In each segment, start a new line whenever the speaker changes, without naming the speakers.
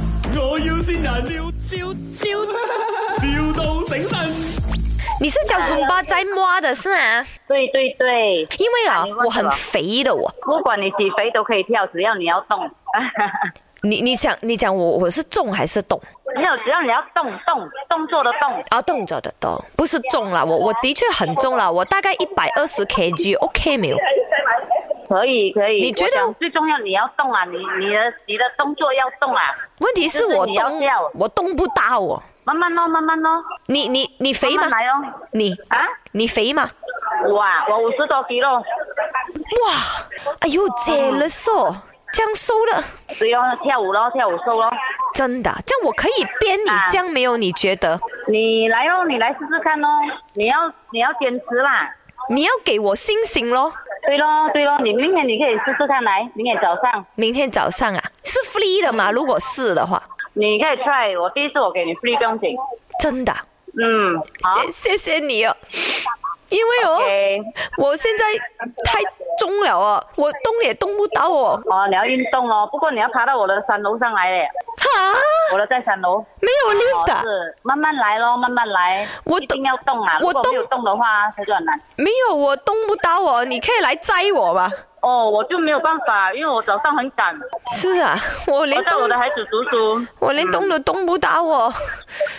要先人，笑笑笑，,笑到醒神。
你是教中巴在摸的是啊？
对对对，
因为啊
你，问
我很
什么
肥的我。
不管你几肥都可以跳，只要你要动。
你你讲你讲我我是重还是动
没有，只要你要动动动作的动，
啊？动着的动，不是重啦。我我的确很重啦，我大概一百二十 kg，OK 没有？
可以可以。
你觉得
我想最重要你要动啊，你你的你的动作要动啊，
问题是我
就是你要
动
掉
我动不到哦。
慢慢咯，慢慢咯，
你你你肥吗
慢慢？来哦。
你
啊，
你肥吗？
哇，我五十多斤咯，
哇，哎呦，姐了瘦，这样瘦了，
只要跳舞咯，跳舞瘦咯。
真的啊，这样我可以编你
啊
这样没有？你觉得
你来哦，你来试试看哦，你要你要坚持啦。
你要给我星星咯？
对咯对咯，你明天你可以试试看来，明天早上
明天早上啊，是 free 的吗？如果是的话，
你可以 try，我第一次我给你 free 不用紧。
真的啊、
嗯，好
谢谢谢你哦，因为哦
，OK，
我现在太重了哦，我动也动不到哦。
哦，你要运动哦，不过你要爬到我的三楼上来嘞，
哈，
我的在三楼。
没有 lift 啊
哦，
的、
是慢慢来咯，慢慢来，
我
一
懂
定要动啊！
我
如果
动
没有动的话，它就很难。
没有，我动不到哦。你可以来摘我吗？
哦，我就没有办法，因为我早上很赶，
是啊，我连
我带
动
我嗯的孩子读书。
我连动都动不到哦，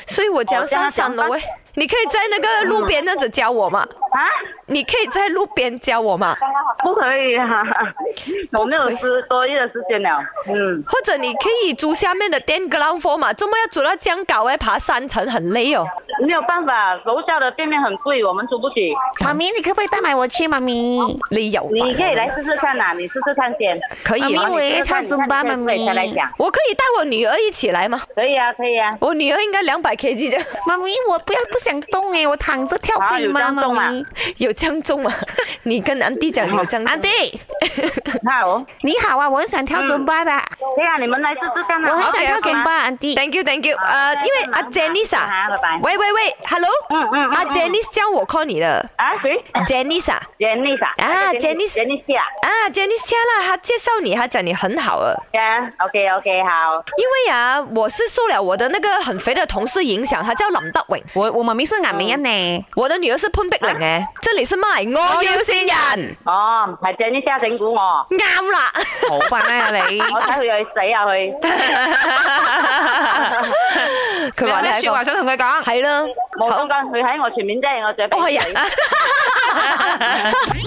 所以我讲上山了
哦这样讲吧
喂。你可以在那个路边那样子教我吗？
啊，
你可以在路边教我吗？
不可以 啊！我没有十多月的时间了。嗯，
或者你可以租下面的店 ground floor 嘛？周末要租到这样高哎，爬三层很累哦。
没有办法，楼下的店面很贵，我们租不起。
妈咪，你可不可以带埋我去？妈咪，
你有吧
你可以来试试看呐、你试试看先。
可以
妈
吗
咪？我也要唱
你看
尊巴，
你看
妈
你可
咪
以。再来讲。
我可以带我女儿一起来吗？
可以啊，可以啊。
我女儿应该两百 kg 这样，
妈咪，我不要不想动哎，我躺着跳可以
啊有这样
吗？
动啊
妈咪，
有将重吗？ 你跟安迪讲有将重。
安迪，
那哦，
你好啊，我很喜欢跳尊巴的，
可以啊，你们来试试看啊。
我很喜
OK，
欢跳
OK，
Ờ,
尊巴，安迪。
Thank you, thank you。
好
呃，
再
因为
见
阿
啦
Jenisa，
好拜拜
喂喂喂，Hello，
嗯嗯嗯
阿
嗯
Jenisa 叫我 call 你的
啊，谁？
，Jenisa。
À, Jenny 啊
啊 Jenny-
Jenny 啊。
啊，Jenny 加啦，她介绍你，她讲你很好啊。
呀，OK Dạ, OK，好。
因为啊，我是受了我的那个很肥的同事影响，她叫林德荣，
我我妈咪是眼明人呢，
我的女儿是潘碧玲诶，这里是卖啊我要先人，
哦，係 Ờ, Jenny 家整蠱我，
啱 啦。
好笨啊你
我睇佢又去死下佢，
佢話你係一個
想同佢讲？
係啦，
冇
好哦 dạ. 啊
相干，佢喺我前面啫，我最
哦係
俾
啊。